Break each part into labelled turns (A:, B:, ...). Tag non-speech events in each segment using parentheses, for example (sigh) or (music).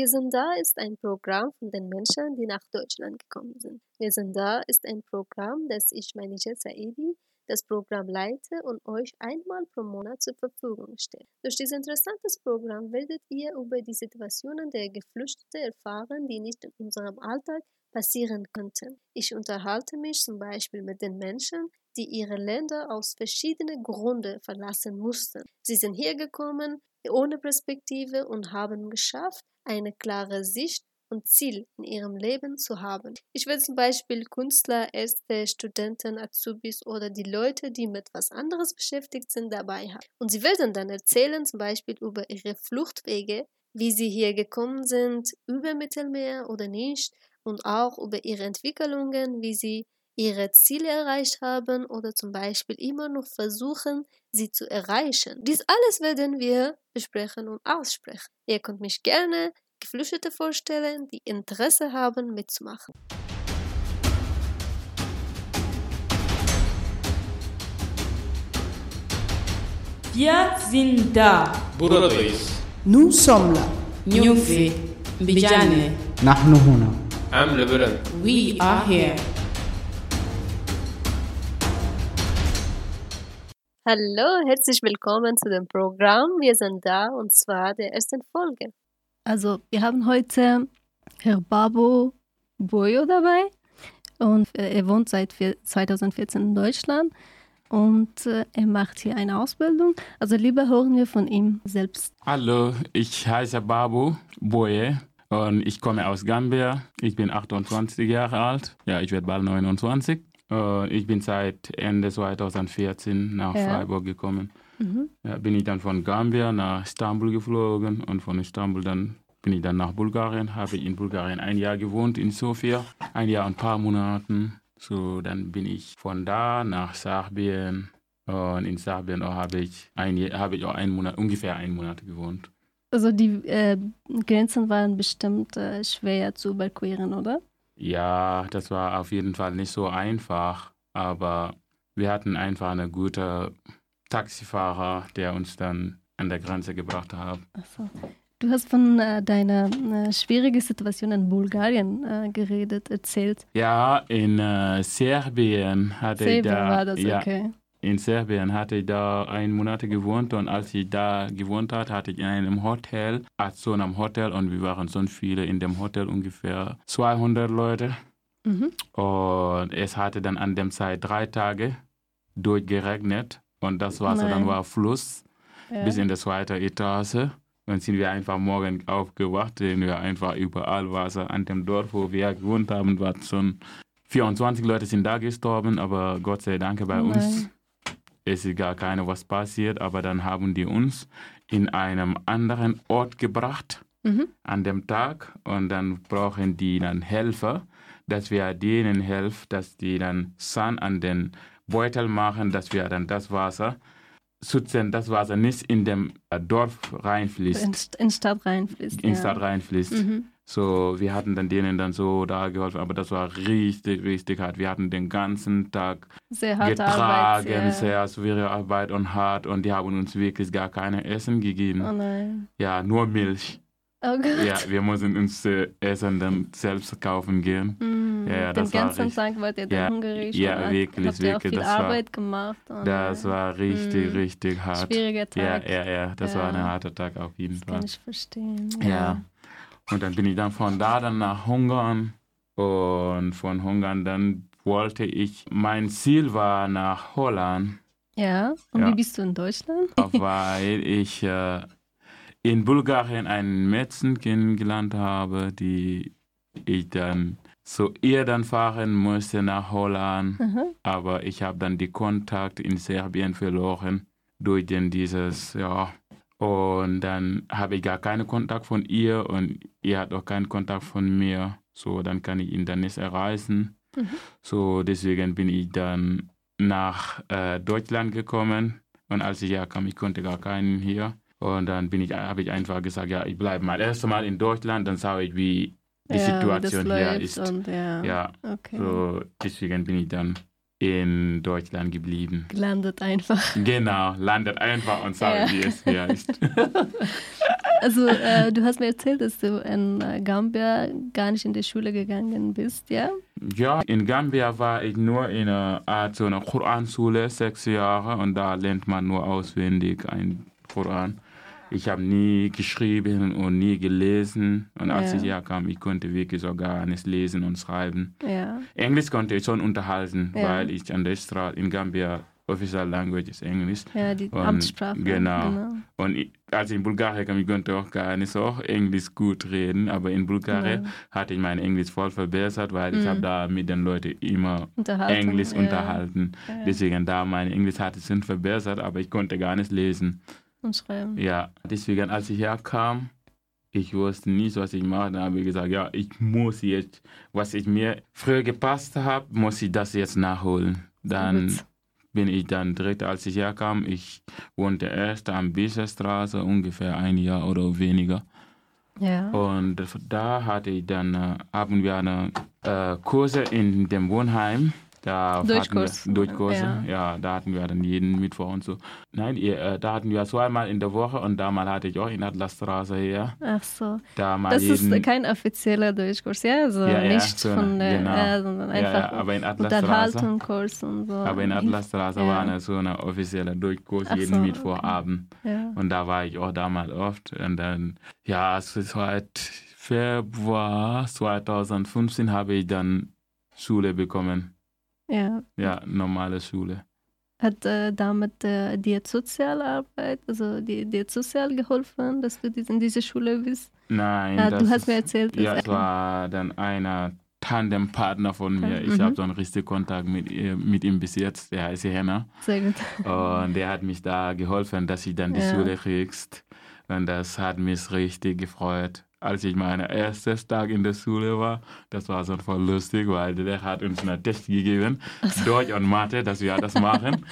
A: Wir sind da ist ein Programm von den Menschen, die nach Deutschland gekommen sind. Wir sind da ist ein Programm, das ich Manisha Saidi, das Programm leite und euch einmal pro Monat zur Verfügung stelle. Durch dieses interessantes Programm werdet ihr über die Situationen der Geflüchteten erfahren, die nicht in unserem Alltag passieren könnten. Ich unterhalte mich zum Beispiel mit den Menschen, die ihre Länder aus verschiedenen Gründen verlassen mussten. Sie sind hergekommen ohne Perspektive und haben geschafft, eine klare Sicht und Ziel in ihrem Leben zu haben. Ich will zum Beispiel Künstler, Ärzte, Studenten, Azubis oder die Leute, die mit was anderes beschäftigt sind, dabei haben. Und sie werden dann erzählen zum Beispiel über ihre Fluchtwege, wie sie hier gekommen sind, über Mittelmeer oder nicht, und auch über ihre Entwicklungen, wie sie ihre Ziele erreicht haben oder zum Beispiel immer noch versuchen, sie zu erreichen. Dies alles werden wir besprechen und aussprechen. Ihr könnt mich gerne Geflüchtete vorstellen, die Interesse haben, mitzumachen.
B: Wir sind da.
C: Buradayız.
D: Nous sommes là.
B: Nyufi. Bijane.
E: نحن هنا
C: عم لبلن
B: We are here.
A: Hallo, herzlich willkommen zu dem Programm. Wir sind da und zwar der ersten Folge.
F: Also, wir haben heute Herr Babo Boyo dabei und äh, er wohnt seit vier- 2014 in Deutschland und äh, er macht hier eine Ausbildung. Also, lieber hören wir von ihm selbst.
G: Hallo, ich heiße Babu Boye und ich komme aus Gambia. Ich bin 28 Jahre alt. Ja, ich werde bald 29. Äh, Ich bin seit Ende 2014 nach
F: Ja.
G: Freiburg gekommen. Ja, bin ich dann von Gambia nach Istanbul geflogen und von Istanbul dann bin ich dann nach Bulgarien. Habe in Bulgarien ein Jahr gewohnt, in Sofia. Ein Jahr und ein paar Monaten. So, dann bin ich von da nach Serbien. Und in Serbien auch habe ich, ein, Je- habe ich auch einen Monat, ungefähr einen Monat gewohnt.
F: Also, die äh, Grenzen waren bestimmt äh, schwer zu überqueren, oder?
G: Ja, das war auf jeden Fall nicht so einfach, aber wir hatten einfach einen guten Taxifahrer, der uns dann an der Grenze gebracht hat.
F: Also, du hast von äh, deiner äh, schwierigen Situation in Bulgarien äh, geredet, erzählt.
G: Ja, in äh, Serbien hatte ich
F: Selber
G: da,
F: war das,
G: ja,
F: okay.
G: in Serbien hatte ich da einen Monat gewohnt und als ich da gewohnt hat, hatte ich in einem Hotel, als so in einem Hotel und wir waren so viele in dem Hotel, ungefähr 200 Leute.
F: Mhm.
G: Und es hatte dann an dem Zeit drei Tage durchgeregnet. Und das Wasser
F: Nein.
G: dann war Fluss
F: Ja.
G: bis in die zweite Etage. Dann sind wir einfach morgen aufgewacht, sehen wir einfach überall Wasser. An dem Dorf, wo wir gewohnt haben, waren schon 24 Leute sind da gestorben, aber Gott sei Dank bei uns
F: Nein.
G: es ist gar keine was passiert. Aber dann haben die uns in einem anderen Ort gebracht
F: Mhm.
G: an dem Tag und dann brauchen die dann Helfer, dass wir denen helfen, dass die dann Sand an den Beutel machen, dass wir dann das Wasser schützen, das Wasser nicht in dem äh, Dorf reinfließt,
F: In, St- in Stadt reinfließt.
G: in
F: ja.
G: Stadt reinfließt.
F: Mhm.
G: So, wir hatten dann denen dann so da geholfen, aber das war richtig, richtig hart. Wir hatten den ganzen Tag
F: Sehr harte
G: getragen,
F: Arbeit. Sehr.
G: sehr schwere Arbeit und hart und die haben uns wirklich gar kein Essen gegeben.
F: Oh nein.
G: Ja, nur Milch.
F: Oh Gott.
G: Ja, wir mussten uns äh, Essen dann selbst kaufen gehen.
F: Mm,
G: Ja, ja,
F: den
G: das war
F: ganzen
G: richtig-
F: Tag wart ihr dann
G: Ja,
F: hungrig.
G: ja,
F: oder?
G: wirklich,
F: Habt ihr auch
G: wirklich,
F: viel
G: das war-
F: Arbeit gemacht. Oh
G: Das
F: nein.
G: war richtig,
F: Mhm.
G: richtig hart.
F: Schwieriger
G: Ja,
F: Tag.
G: ja, ja, das war ein
F: Ja.
G: harter Tag auf jeden
F: Das
G: Fall.
F: kann ich verstehen.
G: Ja. Und dann bin ich dann von da dann nach Ungarn und von Ungarn dann wollte ich, mein Ziel war nach Holland,
F: (laughs) Ja, und
G: Ja.
F: wie bist du in Deutschland?
G: weil ich äh, in Bulgarien ein Mädchen kennengelernt habe, die ich dann zu ihr dann fahren musste nach Holland.
F: Mhm.
G: aber ich habe dann die Kontakt in Serbien verloren durch den dieses ja und dann habe ich gar keinen Kontakt von ihr und ihr hat auch keinen Kontakt von mir so dann kann ich ihn dann nicht erreichen
F: Mhm.
G: so deswegen bin ich dann nach äh, Deutschland gekommen und als ich herkam ich konnte gar keinen hier und dann bin ich habe ich einfach gesagt ja ich bleibe mal erst mal in Deutschland dann schaue ich wie die
F: ja,
G: Situation
F: wie das
G: hier
F: läuft
G: ist
F: Und, ja.
G: ja
F: Ah, Okay.
G: so, deswegen bin ich dann in Deutschland geblieben.
F: Gelandet einfach. (laughs)
G: Genau, landet einfach und sage,
F: Ja.
G: wie es hier ist.
F: Also, äh, du hast mir erzählt, dass du in äh, Gambia gar nicht in die Schule gegangen bist, ja?
G: Ja, in Gambia war ich nur in einer Art so einer Koranschule, sechs Jahre, und da lernt man nur auswendig einen Koran. Ich habe nie geschrieben und nie gelesen. Und als
F: Ja.
G: ich hier kam, ich konnte wirklich so gar nicht lesen und schreiben.
F: Ja.
G: Englisch konnte ich schon unterhalten,
F: Ja.
G: weil ich an der Straße in Gambia, Official Language ist Englisch.
F: Ja, die
G: Und
F: Amtssprache.
G: Genau. Und ich, als ich in Bulgarien kam, ich konnte auch gar nicht so Englisch gut reden, aber in Bulgarien hatte ich mein Englisch voll verbessert, weil ich habe da mit den Leuten immer
F: Mhm. Unterhaltung,
G: Englisch
F: ja.
G: unterhalten. Deswegen da mein Englisch hatte ich schon verbessert, aber ich konnte gar nicht lesen.
F: Und schreiben.
G: Ja, deswegen als ich herkam, ich wusste nicht, was ich mache. Dann habe ich gesagt, ja, ich muss jetzt, was ich mir früher gepasst habe, muss ich das jetzt nachholen. Dann
F: Gut.
G: bin ich dann direkt, als ich herkam, ich wohnte erst am Bischerstraße ungefähr ein Jahr oder weniger.
F: Ja.
G: Und da hatte ich dann, äh, haben wir eine äh, Kurse in dem Wohnheim. Da
F: Deutschkurs.
G: hatten wir- Deutschkurse,
F: Ja.
G: ja. Da hatten wir dann jeden Mittwoch und so. Nein, ihr, äh, da hatten wir zweimal in der Woche und damals hatte ich auch in Atlasstraße hier.
F: Ach so.
G: Da mal
F: Das
G: jeden,
F: ist kein offizieller Deutschkurs, ja? Also
G: Ja, ja,
F: nicht
G: so,
F: von der,
G: genau.
F: ja, sondern
G: Ja,
F: einfach
G: ja, aber in Atlasstraße.
F: Unterhaltungskurs und so. Mhm.
G: aber in Atlasstraße
F: Ja.
G: war eine, so eine offizielle Deutschkurs
F: Ach
G: jeden
F: so,
G: Mittwochabend.
F: Ja.
G: Und da war ich auch damals oft. Und dann, ja, es ist halt Februar 2015 habe ich dann Schule bekommen.
F: ja.
G: Ja, normale Schule.
F: Hat äh, damit äh, dir Sozialarbeit, also dir, dir sozial geholfen, dass du dies- in dieser Schule bist?
G: Nein,
F: Ja,
G: das
F: du hast
G: ist,
F: mir erzählt, dass
G: Ja, es
F: ein-
G: war dann einer Tandempartner von mir. Ich
F: Mhm.
G: habe so einen richtigen Kontakt mit, ihr- mit ihm bis jetzt. Der heißt Henna.
F: Sehr gut.
G: (laughs) Und der hat mich da geholfen, dass ich dann die
F: Ja.
G: Schule kriegst. Und das hat mich richtig gefreut. Als ich meinen ersten Tag in der Schule war, das war so voll lustig, weil der hat uns einen Test gegeben, Deutsch und Mathe, dass wir das
F: (laughs)
G: machen.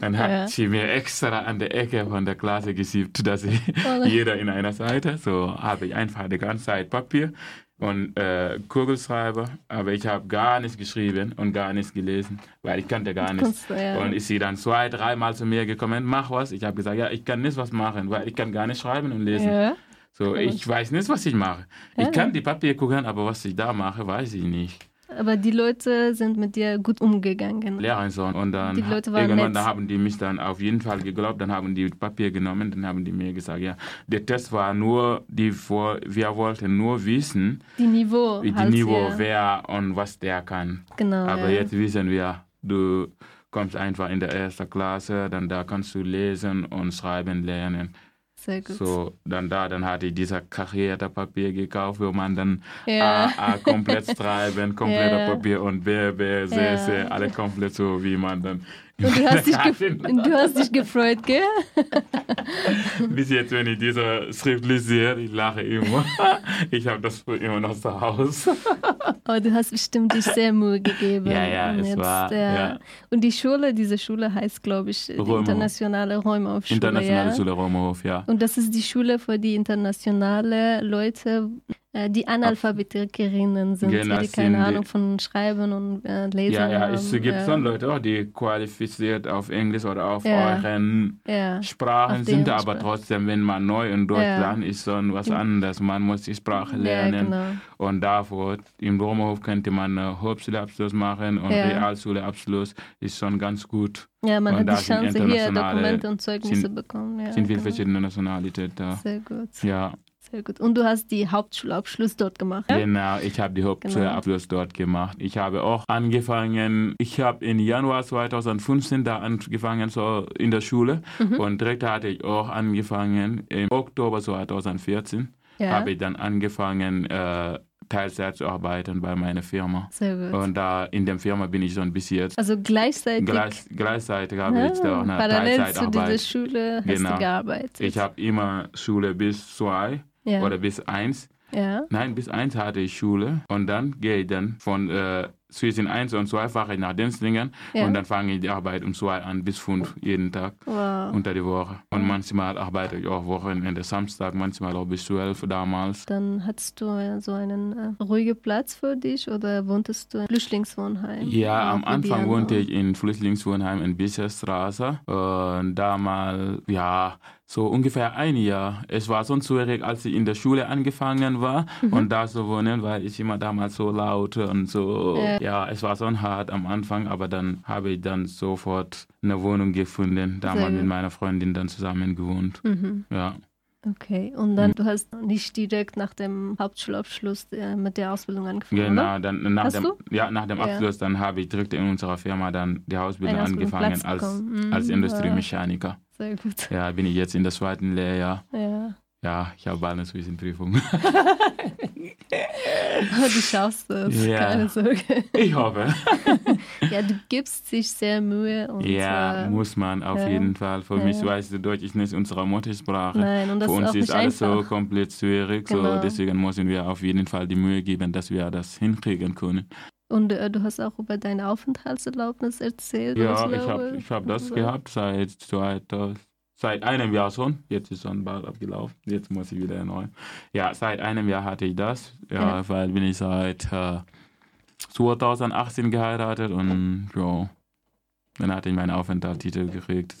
G: Dann hat
F: Ja.
G: sie mir extra an der Ecke von der Klasse geschiebt, dass ich (laughs)
F: Oh.
G: jeder in einer Seite, so habe ich einfach die ganze Zeit Papier und äh, Kugelschreiber, aber ich habe gar nichts geschrieben und gar nichts gelesen, weil ich kannte gar nichts.
F: Kannst du, ja.
G: Und ist sie dann zwei, dreimal zu mir gekommen, mach was. Ich habe gesagt, ja, ich kann nicht was machen, weil ich kann gar nicht schreiben und lesen.
F: Ja.
G: So, ich weiß nicht, was ich mache.
F: Ja. ne?
G: Ich kann die Papier gucken, aber was ich da mache, weiß ich nicht.
F: Aber die Leute sind mit dir gut umgegangen.
G: Lehrerin so. Und dann
F: Die Leute waren
G: irgendwann
F: nett.
G: da haben die mich dann auf jeden Fall geglaubt, dann haben die Papier genommen, dann haben die mir gesagt, ja, der Test war nur, die vor, wir wollten nur wissen,
F: Die Niveau.
G: wie die
F: halt,
G: Niveau,
F: ja.
G: wer und was der kann.
F: Genau.
G: Aber
F: ja.
G: jetzt wissen wir, du kommst einfach in der ersten Klasse, dann da kannst du lesen und schreiben lernen.
F: Sehr gut.
G: So, dann da, dann hatte ich dieser karierte Papier gekauft, wo man dann
F: Ja.
G: A, A
F: (laughs)
G: komplett schreiben, kompletter
F: Ja.
G: Papier und B, B, C,
F: Ja.
G: C, alle komplett so, wie man dann
F: Und du
G: (laughs)
F: hast, dich gef-
G: Garten-
F: und du hast dich gefreut, gell?
G: Bis jetzt, wenn ich diese schriftlich sehe, ich lache immer. (laughs) Ich habe das immer noch zu Hause.
F: Aber du hast bestimmt dich sehr Mühe gegeben.
G: Ja, ja,
F: Und äh,
G: es war- ja.
F: Und die Schule, diese Schule heißt, glaube ich, die
G: Römerhof.
F: internationale Räume auf Schule.
G: Internationale
F: ja?
G: Schule Romerhof, ja.
F: Und das ist die Schule für die internationale Leute, äh, die Analphabetikerinnen sind,
G: Genau,
F: die keine
G: sind die-
F: Ahnung von Schreiben und äh, Lesen
G: Ja, ja,
F: haben.
G: es gibt
F: ja.
G: schon Leute, auch, die qualifiziert auf Englisch oder auf
F: Ja.
G: euren
F: Ja.
G: Sprachen
F: Auf
G: sind,
F: deren
G: aber
F: Sprache.
G: trotzdem, wenn man neu in Deutschland ist, schon was anderes. Man muss die Sprache lernen.
F: genau.
G: Und davor, im Romerhof könnte man äh, Hauptschulabschluss machen und
F: Ja.
G: Realschulabschlussabschluss ist schon ganz gut.
F: ja, man
G: Und
F: hat
G: da
F: die
G: sind
F: Chance, hier
G: internationale-
F: Dokumente und Zeugnisse
G: sind-
F: bekommen. Ja,
G: sind viele
F: genau.
G: verschiedene Nationalitäten da.
F: Sehr gut,
G: Ja,
F: sehr gut. Und du hast die Hauptschulabschluss dort gemacht. Ja?
G: genau. Ich habe die Hauptschulabschluss dort gemacht. Ich habe auch angefangen, ich habe im Januar 2015 da angefangen so in der Schule
F: Mhm.
G: und direkt hatte ich auch angefangen im Oktober 2014.
F: Ja.
G: habe ich dann angefangen, äh, Teilzeit zu arbeiten bei meiner Firma.
F: Sehr gut.
G: Und da in der Firma bin ich schon bis jetzt.
F: also gleichzeitig,
G: Gleich, gleichzeitig habe
F: ne,
G: ich da auch eine
F: parallel zu dieser
G: Teilzeitarbeit.
F: Schule hast
G: Genau.
F: du gearbeitet.
G: Ich habe immer Schule bis zwei
F: ja.
G: oder bis eins.
F: ja.
G: Nein, bis eins hatte ich Schule und dann gehe ich dann von äh, zwischen 1 und 2 fahre ich nach Dinslingen und dann fange ich die Arbeit um 2 an bis 5 jeden Tag
F: Wow.
G: unter die Woche. Und manchmal arbeite ich auch Wochenende, Samstag, manchmal auch bis 12 damals.
F: Dann hattest du äh, so einen äh, ruhigen Platz für dich oder wohntest du im Flüchtlingswohnheim? Äh,
G: Ja, am
F: Auf
G: Anfang
F: Ibiza.
G: wohnte ich in Flüchtlingswohnheim in Bischerstraße. Und damals, ja, so ungefähr ein Jahr. Es war schon schwierig, als ich in der Schule angefangen war
F: Mhm.
G: und da zu wohnen, weil ich immer damals so laut und so.
F: Ja.
G: Ja, es war schon hart am Anfang, aber dann habe ich dann sofort eine Wohnung gefunden. Damals
F: Sehr
G: mit
F: gut.
G: meiner Freundin dann zusammen gewohnt.
F: Mhm.
G: Ja.
F: Okay, und
G: Hm.
F: dann du hast nicht direkt nach dem Hauptschulabschluss äh, mit der Ausbildung angefangen, oder?
G: Genau, dann nach
F: Hast
G: dem,
F: du?
G: ja, nach dem
F: Ja.
G: Abschluss, dann habe ich direkt in unserer Firma dann die Ausbildung
F: Einen
G: angefangen
F: Ausbildungsplatz
G: als,
F: bekommen.
G: als
F: Mhm,
G: Industriemechaniker.
F: Sehr gut. (laughs)
G: Ja, bin ich jetzt in der zweiten Lehrjahr.
F: Ja,
G: Ja, ich habe bald eine Zwischenprüfung.
F: Oh, du schaffst es,
G: Ja.
F: keine Sorge.
G: (laughs) Ich hoffe.
F: Ja, du gibst dich sehr Mühe und
G: Ja,
F: äh,
G: muss man auf
F: ja.
G: jeden Fall. Für
F: Ja,
G: mich,
F: ja.
G: weißt du, Deutsch ist nicht unsere Muttersprache.
F: Nein, und das
G: Für
F: ist
G: uns
F: auch
G: ist
F: nicht
G: alles so
F: einfach.
G: komplett schwierig.
F: Genau.
G: So, deswegen müssen wir auf jeden Fall die Mühe geben, dass wir das hinkriegen können.
F: Und äh, du hast auch über deine Aufenthaltserlaubnis erzählt.
G: Ja,
F: glaube
G: ich habe ich hab das
F: Also,
G: gehabt seit, zwei- seit einem Jahr schon. Jetzt ist schon bald abgelaufen. Jetzt muss ich wieder neu. Ja, seit einem Jahr hatte ich das. Ja,
F: Ja.
G: weil bin ich seit äh, 2018 geheiratet und ja, dann hatte ich meinen Aufenthaltstitel gekriegt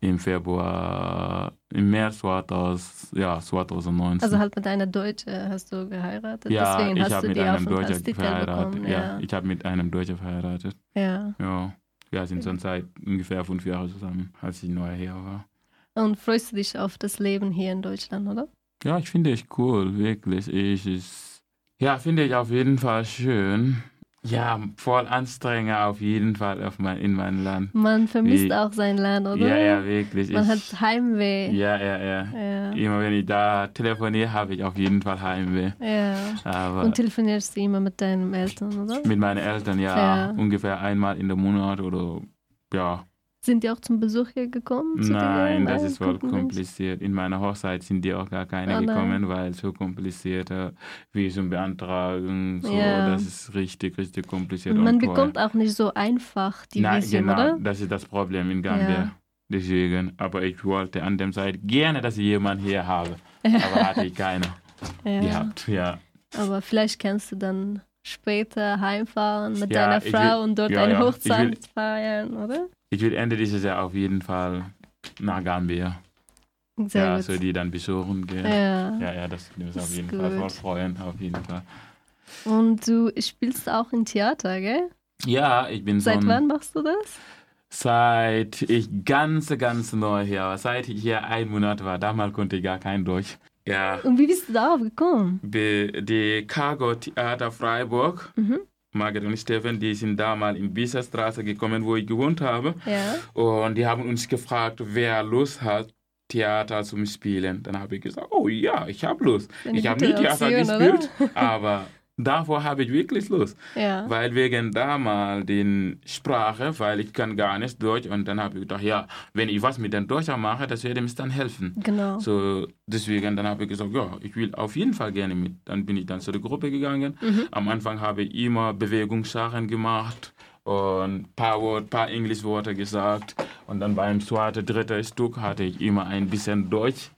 G: im Februar, im März 2000, ja, 2019.
F: Also halt mit einer Deutsche hast du geheiratet.
G: ja,
F: Deswegen
G: ich
F: hast
G: habe
F: du
G: mit
F: die
G: einem Deutschen
F: Aufenthaltstitel
G: verheiratet.
F: bekommen.
G: ja.
F: Ja.
G: ich habe mit einem Deutschen verheiratet.
F: ja.
G: Ja. Wir sind
F: Genau.
G: schon seit ungefähr fünf Jahren zusammen, als ich neu hier war.
F: Und freust du dich auf das Leben hier in Deutschland, oder?
G: Ja, ich finde es cool, wirklich. Ich ist, ja, finde ich auf jeden Fall schön. Ja, voll anstrengend auf jeden Fall auf mein, in meinem Land.
F: Man vermisst
G: Wie-
F: auch sein Land, oder?
G: Ja, ja, wirklich.
F: Man
G: ich,
F: hat Heimweh.
G: ja, ja, ja,
F: Ja.
G: Immer wenn ich da telefoniere, habe ich auf jeden Fall Heimweh.
F: ja.
G: Aber
F: Und telefonierst du immer mit deinen Eltern, oder?
G: mit meinen Eltern, ja,
F: Ja.
G: ungefähr einmal in der Monat oder ja,
F: Sind die auch zum Besuch hier gekommen? Zu
G: Nein,
F: dir?
G: das ist voll
F: gucken nicht.
G: kompliziert. In meiner Hochzeit sind die auch gar keine
F: Oh nein.
G: gekommen, weil so komplizierte Visum beantragen, so,
F: Ja.
G: das ist richtig, richtig kompliziert.
F: Und man
G: und teuer.
F: bekommt auch nicht so einfach die
G: Nein,
F: Visum,
G: oh genau,
F: oder?
G: das ist das Problem in Gambia.
F: Ja.
G: Deswegen, aber ich wollte an dem Zeit gerne, dass ich jemanden
F: (laughs)
G: hier habe. Aber hatte ich keiner
F: Ja.
G: gehabt, ja.
F: Aber vielleicht kannst du dann später heimfahren mit
G: Ja,
F: deiner
G: ich will-
F: Frau und dort
G: ja,
F: eine
G: ja, ich
F: Hochzeit
G: will-
F: feiern, oder?
G: Ich will Ende dieses Jahr auf jeden Fall nach Gambia.
F: Sehr
G: ja,
F: gut.
G: so die dann besuchen gehen.
F: ja.
G: Ja, ja, das würde mich auf
F: Ist
G: jeden Fall voll
F: gut.
G: freuen, auf jeden Fall.
F: Und du spielst auch im Theater, gell?
G: Ja, ich bin so
F: Seit
G: ein
F: wann machst du das?
G: Seit ich ganz, ganz neu hier war, seit ich hier ein Monat war, damals konnte ich gar kein Deutsch. Ja,
F: Und wie bist du darauf gekommen?
G: die, die Cargo Theater Freiburg,
F: Mhm.
G: Margaret und Steffen, die sind damals in Bieserstraße gekommen, wo ich gewohnt habe.
F: Ja.
G: Und die haben uns gefragt, wer Lust hat, Theater zu spielen. Dann habe ich gesagt, oh ja, ich habe Lust.
F: Eine
G: ich habe
F: gute
G: nie Theater
F: Option, oder?
G: gespielt, aber davor habe ich wirklich Lust.
F: Ja.
G: Weil wegen damals den Sprache, weil ich kann gar nicht Deutsch und dann habe ich gedacht, ja, wenn ich was mit den Deutschen mache, das würde mir dann helfen.
F: Genau.
G: So, deswegen, dann habe ich gesagt, ja, ich will auf jeden Fall gerne mit. Dann bin ich dann zu der Gruppe gegangen.
F: Mhm.
G: Am Anfang habe ich immer Bewegungssachen gemacht und ein paar, Wort, paar Englischwörter gesagt. Und dann beim zweiten, dritten Stück hatte ich immer ein bisschen Deutsch,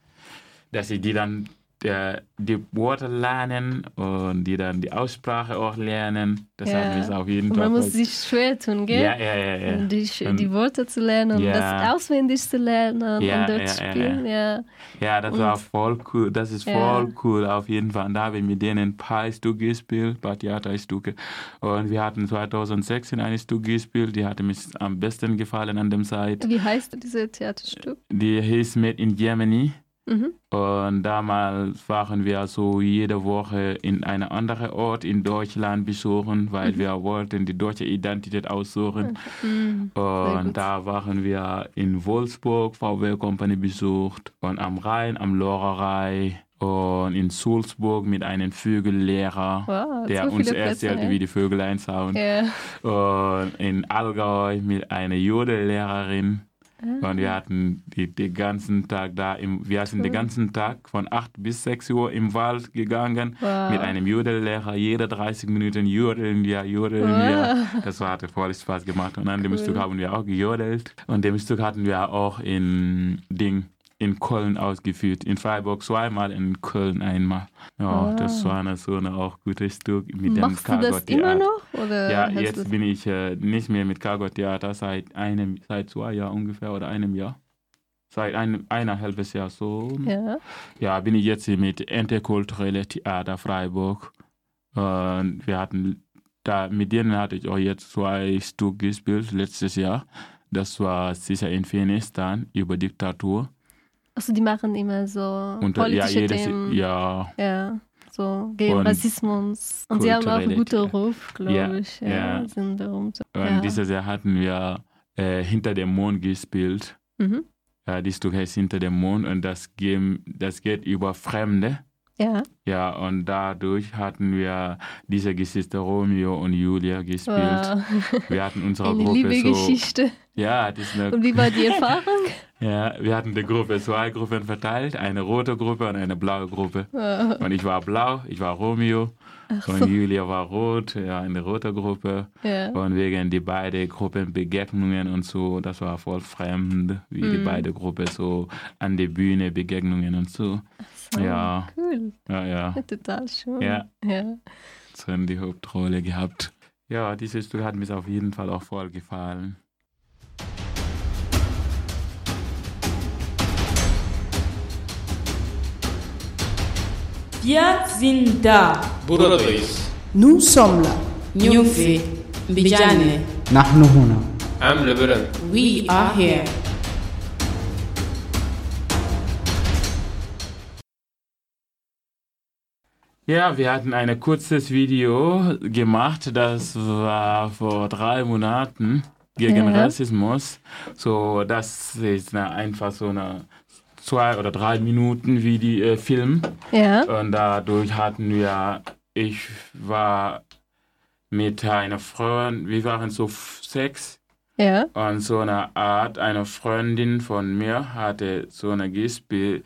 G: dass ich die dann äh, die Worte lernen und die dann die Aussprache auch lernen. Das
F: Ja.
G: hat mich auf jeden
F: Und
G: Fall...
F: man muss
G: voll-
F: sich schwer tun, gell?
G: halt- ja, ja, ja, ja.
F: Und Die,
G: Und-
F: die Worte zu lernen, um
G: Ja.
F: das auswendig zu lernen
G: Ja,
F: und dort
G: ja,
F: zu
G: ja,
F: spielen. Ja.
G: Ja, das war voll cool. Das ist
F: Ja.
G: voll cool auf jeden Fall. Und da habe ich mit denen ein paar Stücke gespielt, ein paar Theaterstücke. Und wir hatten 2016 ein Stück gespielt, die hatte mich am besten gefallen an dem Zeit.
F: Wie heißt dieses Theaterstück?
G: Die hieß Made in Germany.
F: Mhm.
G: Und damals waren wir so jede Woche in einem anderen Ort in Deutschland besuchen, weil wir wollten die deutsche Identität aussuchen.
F: Mhm. Sehr
G: Und
F: gut.
G: da waren wir in Wolfsburg, VW Company besucht und am Rhein, am Lorerei und in Sulzburg mit einem Vögellehrer,
F: Wow,
G: der
F: so
G: uns
F: viele Plätze,
G: erzählte,
F: ja.
G: wie die Vögel
F: Äh,
G: einsauen.
F: Ja.
G: Und in Allgäu mit einer Jodellehrerin. Und wir hatten die- den ganzen Tag da, im, wir sind den ganzen Tag von 8 bis 6 Uhr im Wald gegangen
F: Wow.
G: mit einem Jodellehrer. Jede 30 Minuten jodeln wir, jodeln wir. Das war, hat voll Spaß gemacht. Und an dem Stück haben wir auch gejodelt. Und dem Stück hatten wir auch in Ding in Köln ausgeführt. In Freiburg zweimal, in Köln einmal. Ja, das war eine, so eine auch gute Stück mit dem
F: Machst du das immer
G: Cargo-Theater.
F: noch? Oder
G: Ja,
F: hast
G: jetzt
F: du-
G: bin ich äh, nicht mehr mit Cargo Theater seit einem, seit zwei Jahren ungefähr oder einem Jahr. Seit einem, einer halbes Jahr so. Ja.
F: Ja.
G: bin ich jetzt hier mit Interkulturelle Theater Freiburg. Und wir hatten da, mit denen hatte ich auch jetzt zwei Stück gespielt letztes Jahr. Das war sicher in Afghanistan über Diktatur.
F: Also die machen immer so
G: Und äh, ja,
F: politische
G: jedes,
F: Themen.
G: ja,
F: Ja, so gegen
G: Und
F: Rassismus. Und sie haben auch einen guten
G: kulturelle-
F: Ruf, glaube
G: Ja,
F: ich. Ja,
G: ja.
F: Sind berühmt.
G: und
F: ja.
G: dieses Jahr hatten wir äh, Hinter dem Mond gespielt.
F: Mhm.
G: Ja, die Stück heißt Hinter dem Mond und das, gehen, das geht über Fremde.
F: ja.
G: Ja, und dadurch hatten wir diese Geschichte Romeo und Julia gespielt.
F: (laughs) Wow.
G: Wir hatten unsere
F: Eine
G: Gruppe
F: Äh, liebe
G: so.
F: Geschichte.
G: Ja, das ist
F: Und
G: eine,
F: wie war
G: (laughs)
F: die Erfahrung?
G: ja, wir hatten die Gruppe zwei Gruppen verteilt, eine rote Gruppe und eine blaue Gruppe.
F: Wow.
G: Und ich war blau, ich war Romeo und Julia war rot, ja, in der roten Gruppe.
F: ja.
G: Und wegen die beiden Gruppen Begegnungen und so, das war voll fremd, wie
F: Mhm.
G: die beiden Gruppen so an der Bühne Begegnungen und so.
F: So,
G: Ja,
F: Cool.
G: ja, ja.
F: Total schön.
G: Ja.
F: ja.
G: So in die Hauptrolle gehabt. Ja, dieses Stück hat mir auf jeden Fall auch voll gefallen.
B: Wir sind da.
C: بورليس
D: nous sommes là.
B: Newfie, Bijane.
D: نحن هنا.
C: عمل بلند
B: We are here.
G: Ja, wir hatten ein kurzes Video gemacht, das war vor drei Monaten gegen
F: Ja.
G: Rassismus. So, das ist eine, einfach so eine zwei oder drei Minuten wie die äh, Film.
F: Ja.
G: Und dadurch hatten wir, ich war mit einer Freundin, wir waren so f- sechs
F: Ja.
G: und so eine Art, eine Freundin von mir hatte so eine Gespiel,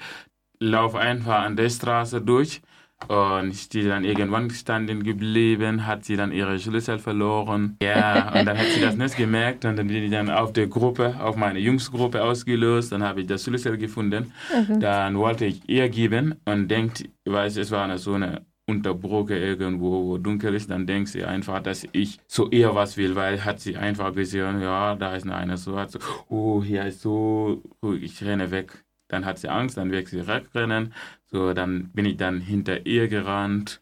G: lauf einfach an der Straße durch und ist die dann irgendwann standen geblieben, hat sie dann ihre Schlüssel verloren. Ja, und dann hat sie das nicht gemerkt und dann bin ich dann auf der Gruppe, auf meine Jungsgruppe ausgelöst, dann habe ich das Schlüssel gefunden.
F: Also,
G: Dann wollte ich ihr geben und denkt, weiß es war eine, so eine Unterbrücke irgendwo, wo dunkel ist, dann denkt sie einfach, dass ich so ihr was will, weil hat sie einfach gesehen, ja, da ist eine, so hat so, oh, hier ist so, oh, ich renne weg. Dann hat sie Angst, dann wird sie wegrennen. So, dann bin ich dann hinter ihr gerannt.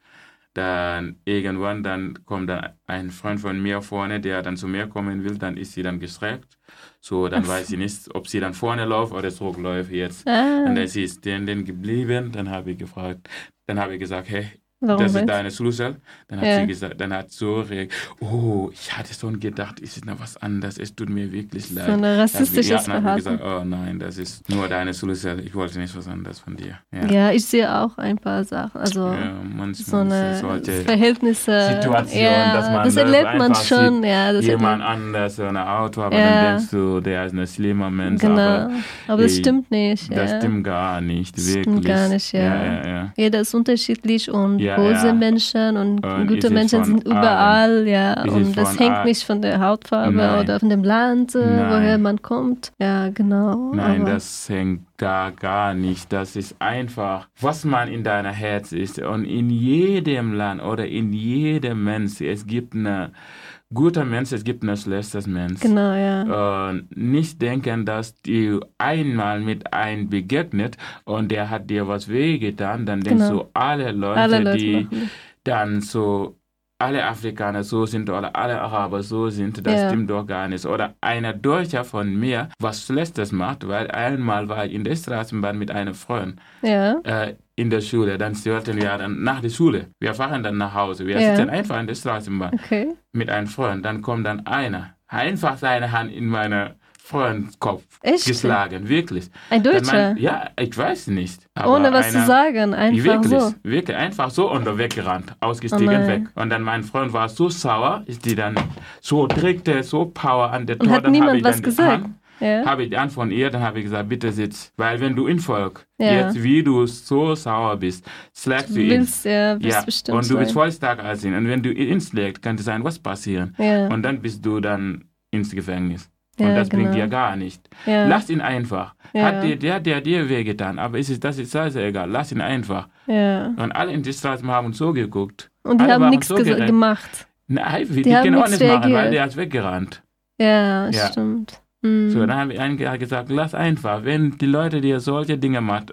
G: Dann irgendwann, dann kommt dann ein Freund von mir vorne, der dann zu mir kommen will, dann ist sie dann geschreckt. So, dann weiß sie nicht, ob sie dann vorne läuft oder zurückläuft jetzt.
F: ah, Ähm.
G: Und äh, dann sie ist stehen geblieben, dann habe ich gefragt, dann habe ich gesagt, hey,
F: Warum
G: das
F: weiß-
G: ist deine Schlüssel. Dann hat
F: Ja.
G: sie gesagt, dann hat so reagiert, oh, ich hatte schon gedacht, es ist noch was anderes, es tut mir wirklich leid.
F: So ein rassistisches
G: also, ja, dann habe ich
F: Verhalten.
G: gesagt, oh nein, das ist nur deine Schlüssel, ich wollte nicht was anderes von dir. Ja,
F: Ja, ich sehe auch ein paar Sachen. Also
G: Ja, manchmal
F: so eine (laughs)
G: solche
F: Verhältnisse.
G: Situation,
F: ja,
G: dass man
F: das
G: das
F: erlebt man
G: einfach
F: schon.
G: sieht,
F: Ja, das erlebt
G: jemand
F: man.
G: anders so ein Auto, aber
F: Ja.
G: dann denkst du, der ist ein schlimmer Mensch,
F: Genau.
G: aber
F: Aber das
G: ich-
F: stimmt nicht.
G: das
F: ja.
G: stimmt gar nicht,
F: Das
G: wirklich.
F: stimmt gar nicht, ja.
G: ja, ja, ja.
F: Jeder ist unterschiedlich und
G: Ja,
F: böse
G: ja.
F: Menschen und
G: Und ist
F: gute
G: es
F: Menschen
G: von
F: sind
G: allen?
F: überall, ja.
G: Ist es
F: Und das
G: von
F: hängt
G: allen?
F: nicht von der Hautfarbe
G: Nein.
F: oder von dem Land, äh,
G: Nein.
F: woher man kommt. Ja, genau.
G: Nein,
F: aber,
G: das hängt da gar nicht. Das ist einfach, was man in deiner Herz ist. Und in jedem Land oder in jedem Mensch, es gibt eine gute Mensch, es gibt eine schlechte Mensch.
F: Genau,
G: äh,
F: ja.
G: Und nicht denken, dass du einmal mit einem begegnet und der hat dir was wehgetan, dann denkst
F: Genau.
G: du, alle Leute,
F: Alle Leute
G: die
F: machen das.
G: dann so alle Afrikaner so sind oder alle Araber so sind, das
F: Ja.
G: stimmt doch gar nicht. Oder einer Deutscher von mir was Schlechtes macht, weil einmal war ich in der Straßenbahn mit einem Freund
F: Ja,
G: äh, in der Schule, dann sollten wir dann nach der Schule, wir fahren dann nach Hause, wir
F: Ja.
G: sitzen einfach in der Straßenbahn
F: okay.
G: mit einem Freund, dann kommt dann einer, einfach seine Hand in meinen Freundskopf
F: Echt?
G: geschlagen, wirklich.
F: Ein
G: Dann mein-
F: Deutscher.
G: ja, ich weiß nicht. aber
F: Ohne was zu
G: einer-
F: sagen, einfach
G: wirklich,
F: so.
G: wirklich einfach so und weggerannt, ausgestiegen
F: Oh nein.
G: weg. Und dann mein Freund war so sauer, ist die dann so drückte, so Power an der
F: Und
G: Tor,
F: hat
G: dann habe
F: niemand
G: ich
F: was
G: dann die
F: gesagt?
G: Hand-
F: Ja.
G: Habe ich dann von ihr, dann habe ich gesagt, bitte sitz. Weil wenn du in Volk,
F: Ja.
G: jetzt wie du so sauer bist, schlägst du
F: Du
G: ihn.
F: willst, ja, willst
G: Ja,
F: bestimmt
G: und du bist
F: sein.
G: voll stark als ihn. Und wenn du ihn schlägst, kann es sein, was passieren.
F: Ja.
G: Und dann bist du dann ins Gefängnis.
F: Ja,
G: und das bringt
F: genau.
G: dir gar nicht.
F: Ja.
G: Lass ihn einfach.
F: Ja.
G: Hat dir der, der dir wehgetan, aber es ist, das ist sehr, sehr egal. Lass ihn einfach.
F: ja.
G: Und alle in die Straße haben so geguckt.
F: Und die
G: alle
F: haben
G: waren
F: nichts
G: so
F: gesa-
G: gerecht.
F: gemacht.
G: Nein, die,
F: haben
G: können auch
F: nichts
G: nichts machen, weil
F: reagiert.
G: der ist weggerannt.
F: Ja,
G: Ja.
F: stimmt. Mhm.
G: So, dann habe ich einen gesagt, lass einfach, wenn die Leute dir solche Dinge machen,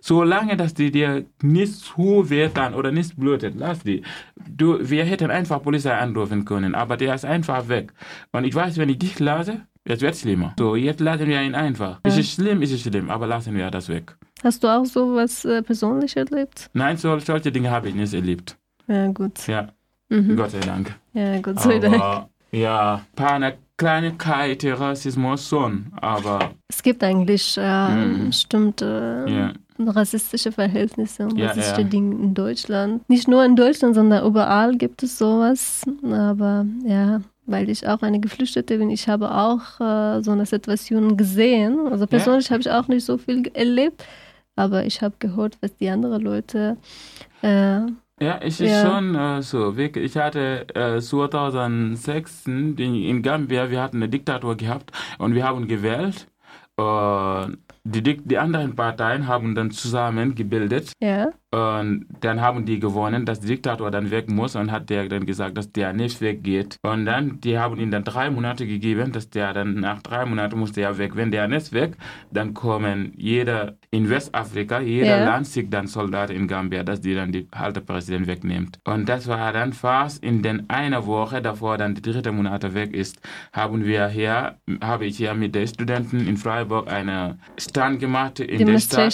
G: solange dass die dir nicht zu wehtun oder nicht blutet, lass die. Du, wir hätten einfach Polizei anrufen können, aber der ist einfach weg. Und ich weiß, wenn ich dich lasse, es wird schlimmer. So, jetzt lassen wir ihn einfach. Ist es schlimm, ist es schlimm, aber lassen wir das weg.
F: Hast du auch sowas äh, persönlich erlebt?
G: Nein, so, solche Dinge habe ich nicht erlebt.
F: Ja, gut.
G: Ja,
F: Mhm.
G: Gott sei Dank.
F: Ja, Gott sei Dank.
G: Aber, ja, paar Kleinigkeiten, Rassismus schon, aber
F: Es gibt eigentlich äh,
G: Mhm.
F: bestimmte
G: ja.
F: rassistische Verhältnisse und
G: Ja,
F: rassistische
G: ja.
F: Dinge in Deutschland. Nicht nur in Deutschland, sondern überall gibt es sowas. Aber ja, weil ich auch eine Geflüchtete bin, ich habe auch äh, so eine Situation gesehen. Also persönlich habe ich auch nicht so viel ge- erlebt, aber ich habe gehört, was die anderen Leute. Äh,
G: Ja, es ist
F: Ja.
G: schon äh, so. Wirklich, ich hatte äh, 2006 in, in Gambia, wir hatten eine Diktatur gehabt und wir haben gewählt. Und die, Dik- die anderen Parteien haben dann zusammen gebildet
F: ja,
G: und dann haben die gewonnen, dass die Diktator dann weg muss und hat der dann gesagt, dass der nicht weggeht. Und dann, die haben ihm dann drei Monate gegeben, dass der dann nach drei Monaten musste er weg. Wenn der nicht weg, dann kommen jeder in Westafrika, jeder
F: Ja.
G: Land schickt dann Soldaten in Gambia, dass die dann die alte Präsident wegnimmt. Und das war dann fast in den einer Woche, davor dann die dritte Monate weg ist, haben wir hier, habe ich hier mit den Studenten in Freiburg eine Stand gemacht in der Stadt.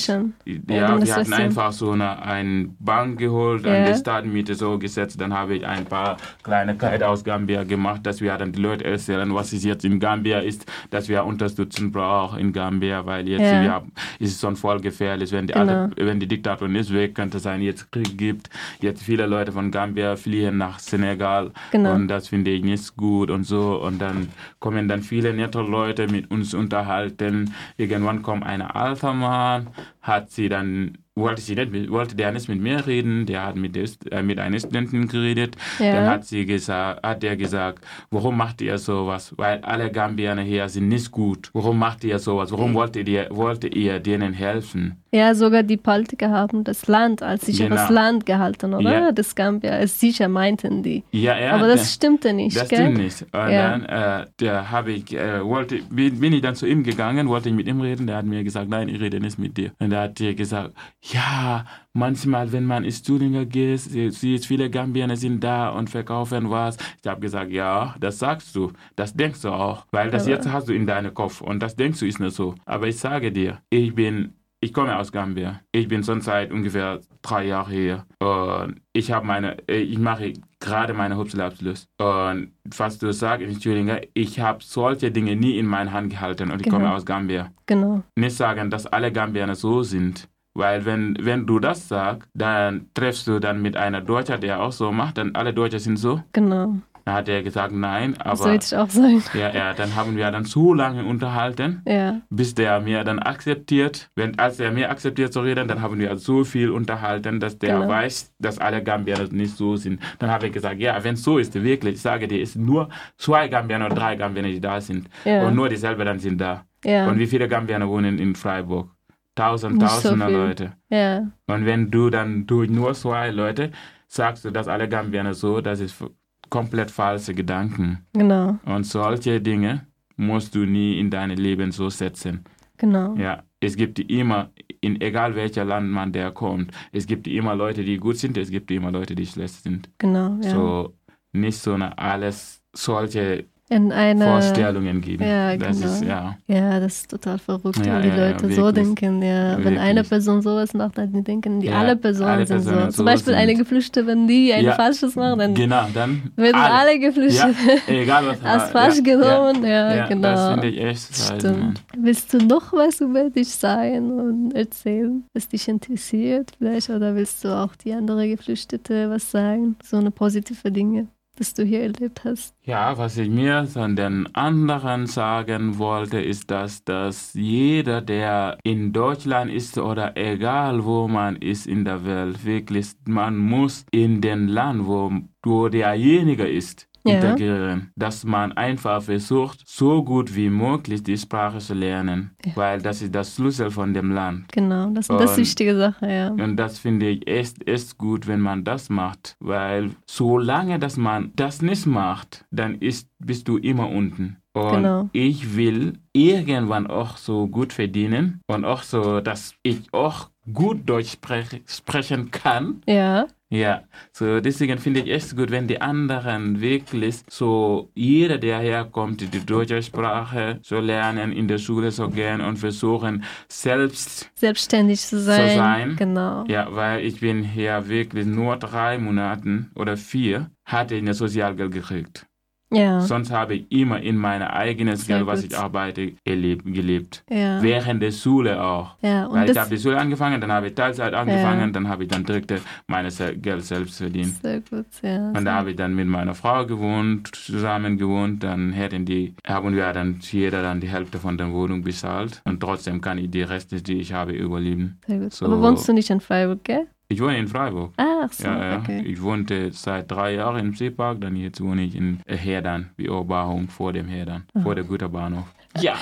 F: Demonstration.
G: Ja, wir hatten
F: Demonstration.
G: einfach so eine, eine Bank geholt,
F: Ja.
G: an die Stadtmiete so gesetzt. Dann habe ich ein paar Kleinigkeiten aus Gambia gemacht, dass wir dann die Leute erzählen, was es jetzt in Gambia ist, dass wir Unterstützung brauchen in Gambia, weil jetzt
F: Ja.
G: wir, ist es schon voll gefährlich, wenn die,
F: Genau.
G: alle, wenn die Diktatur nicht weg, könnte sein, jetzt Krieg gibt. Jetzt viele Leute von Gambia fliehen nach Senegal
F: Genau.
G: und das finde ich nicht gut und so. Und dann kommen dann viele nette Leute mit uns unterhalten. Irgendwann kommt ein alter Mann, hat sie dann, wollte, sie nicht, mit- wollte der nicht mit mir reden, der hat mit, der, St- äh, mit einer Studentin geredet.
F: Ja.
G: Dann hat, sie gesagt, hat der gesagt, warum macht ihr sowas? Weil alle Gambianer hier sind nicht gut. Warum macht ihr sowas? Warum wollt ihr, wollt ihr denen helfen?
F: Ja, sogar die Politiker haben das Land als sicheres
G: Genau.
F: Land gehalten, oder?
G: Ja.
F: Das Gambia als sicher meinten die.
G: Ja, ja.
F: Aber
G: der-
F: das stimmte nicht,
G: Das
F: gell?
G: stimmt nicht. Und
F: Ja.
G: dann äh, da habe ich, äh, wollte, bin, bin ich dann zu ihm gegangen, wollte ich mit ihm reden. Der hat mir gesagt, nein, ich rede nicht mit dir. Und da hat er gesagt, ja, manchmal, wenn man ins Studium geht, sie- sieht viele Gambianer sind da und verkaufen was. Ich habe gesagt, ja, das sagst du, das denkst du auch, weil das
F: Aber-
G: jetzt hast du in deinem Kopf und das denkst du ist nicht so. Aber ich sage dir, ich bin ich komme aus Gambia. Ich bin schon seit ungefähr drei Jahren hier. Und ich habe meine, äh, ich mache gerade meine Hauptschulabschluss. Und was du sagst, in Thüringer, ich habe solche Dinge nie in meinen Hand gehalten und ich
F: Genau.
G: komme aus Gambia.
F: Genau.
G: Nicht sagen, dass alle Gambianer so sind. Weil wenn, wenn du das sagst, dann treffst du dann mit einer Deutscher, der auch so macht, dann alle Deutsche sind so.
F: Genau,
G: Dann hat er gesagt, nein,
F: das
G: aber
F: sollte ich auch sagen.
G: ja, ja, dann haben wir dann zu lange unterhalten
F: Ja,
G: bis der mir dann akzeptiert. Wenn, als er mir akzeptiert zu reden, dann haben wir so viel unterhalten, dass der
F: Genau.
G: weiß, dass alle Gambier nicht so sind. Dann habe ich gesagt, ja, wenn es so ist, wirklich, ich sage dir, es sind nur zwei Gambier oder drei Gambier, die da sind.
F: Ja.
G: Und nur dieselben dann sind da.
F: ja,
G: Und wie viele Gambier wohnen in Freiburg? Tausend,
F: Nicht so
G: tausende
F: viel.
G: Leute.
F: ja,
G: Und wenn du dann durch nur zwei Leute sagst du, dass alle Gambier so, das ist f- komplett falsche Gedanken.
F: genau,
G: Und solche Dinge musst du nie in dein Leben so setzen.
F: genau.
G: Ja, es gibt immer, in egal welcher Land man der kommt, es gibt immer Leute, die gut sind, es gibt immer Leute, die schlecht sind.
F: Genau, ja.
G: So nicht so eine alles solche
F: In einer.
G: Vorstellungen geben.
F: ja,
G: das
F: genau.
G: ist ja,
F: Ja, das ist total verrückt,
G: Ja,
F: wenn die
G: ja, ja,
F: Leute so
G: wirklich.
F: denken. Ja, wenn
G: Wirklich.
F: eine Person sowas macht, dann denken die
G: Ja,
F: alle Personen
G: alle
F: sind
G: Personen
F: so. Zum
G: so
F: Beispiel
G: sind.
F: eine Geflüchtete, wenn die ein
G: Ja,
F: Falsches machen, dann
G: genau, dann
F: werden alle, Geflüchteten (laughs)
G: Ja, egal was
F: als falsch genommen. Ja, genau.
G: Das finde ich echt scheiße.
F: Stimmt.
G: Mann.
F: Willst du noch was über dich sagen und erzählen, was dich interessiert vielleicht? Oder willst du auch die andere Geflüchtete was sagen? So eine positive Dinge. das du hier erlebt hast?
G: Ja, was ich mir von den anderen sagen wollte, ist, dass, dass jeder, der in Deutschland ist oder egal wo man ist in der Welt, wirklich, man muss in den Land, wo, wo derjenige ist,
F: Ja.
G: integrieren. Dass man einfach versucht, so gut wie möglich die Sprache zu lernen,
F: Ja.
G: weil das ist das Schlüssel von dem Land.
F: Genau, das, das ist
G: Und-
F: eine wichtige Sache, ja.
G: Und das finde ich echt, echt gut, wenn man das macht, weil solange dass man das nicht macht, dann ist, bist du immer unten. Und
F: Genau.
G: ich will irgendwann auch so gut verdienen und auch so, dass ich auch gut Deutsch sprech, sprechen kann.
F: Ja,
G: Ja, so deswegen finde ich echt gut, wenn die anderen wirklich so jeder, der herkommt, die deutsche Sprache zu lernen, in der Schule zu gehen und versuchen, selbst
F: selbstständig zu sein.
G: sein.
F: Genau.
G: ja, weil ich bin hier wirklich nur drei Monaten oder vier hatte ich eine Sozialgeld gekriegt.
F: Ja.
G: Sonst habe ich immer in mein eigenes
F: Mhm. Sehr
G: Geld, was
F: gut.
G: ich arbeite, erleb- gelebt.
F: Ja.
G: Während der Schule auch.
F: ja. Und
G: weil ich
F: das
G: habe die Schule angefangen, dann habe ich Teilzeit angefangen, dann habe ich dann direkt mein Se- Geld selbst verdient.
F: sehr gut, ja.
G: Und da habe ich dann mit meiner Frau gewohnt, zusammen gewohnt, dann hätten die, haben wir dann jeder dann die Hälfte von der Wohnung bezahlt und trotzdem kann ich die Reste, die ich habe, überleben.
F: sehr gut.
G: so-
F: Aber wohnst du nicht in Freiburg, gell?
G: Ich wohne in Freiburg.
F: Ach so,
G: Ja, ja.
F: ne? okay.
G: Ich wohnte seit drei Jahren im Seepark, dann jetzt wohne ich in Herdern, wie Oberbaum, vor dem Herdern,
F: Ah.
G: vor der Güterbahnhof. Ja,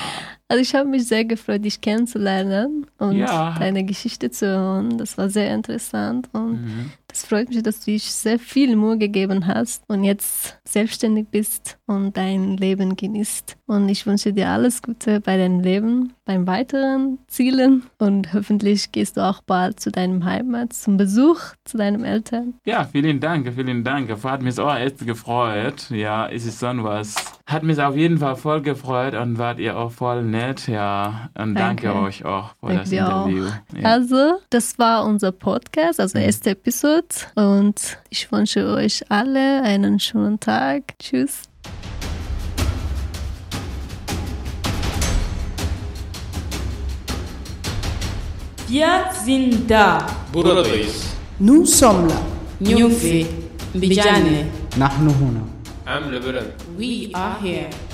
F: Also ich habe mich sehr gefreut, dich kennenzulernen und
G: Ja.
F: deine Geschichte zu hören. Das war sehr interessant und das freut mich, dass du dich sehr viel Mühe gegeben hast und jetzt selbstständig bist und dein Leben genießt. Und ich wünsche dir alles Gute bei deinem Leben, beim weiteren Zielen und hoffentlich gehst du auch bald zu deinem Heimat, zum Besuch zu deinen Eltern.
G: ja, vielen Dank, vielen Dank. Hat mich auch echt gefreut. Ja, es ist schon was. Hat mich auf jeden Fall voll gefreut und wart ihr auch voll nett. Ja, und danke,
F: Danke.
G: euch auch für
F: Danke
G: Oh, das
F: dir auch.
G: Interview. Ja. Mhm.
F: Also, das war unser Podcast, also erste Episode und ich wünsche euch alle einen schönen Tag. Tschüss.
B: Wir sind da.
C: بورليس
D: nous sommes là,
B: Newfie Bijane.
D: نحن هنا.
C: عم لبرم
B: We are here.